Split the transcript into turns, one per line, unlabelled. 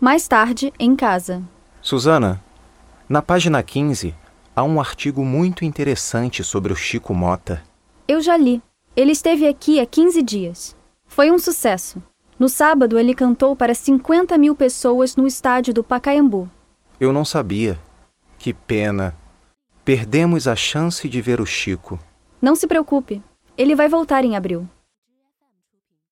Mais tarde, em casa.
Suzana, na página 15 há um artigo muito interessante sobre o Chico Mota.
Eu já li. Ele esteve aqui há 15 dias. Foi um sucesso. No sábado, ele cantou para 50 mil pessoas no estádio do Pacaembu.
Eu não sabia. Que pena. Perdemos a chance de ver o Chico.
Não se preocupe, ele vai voltar em abril.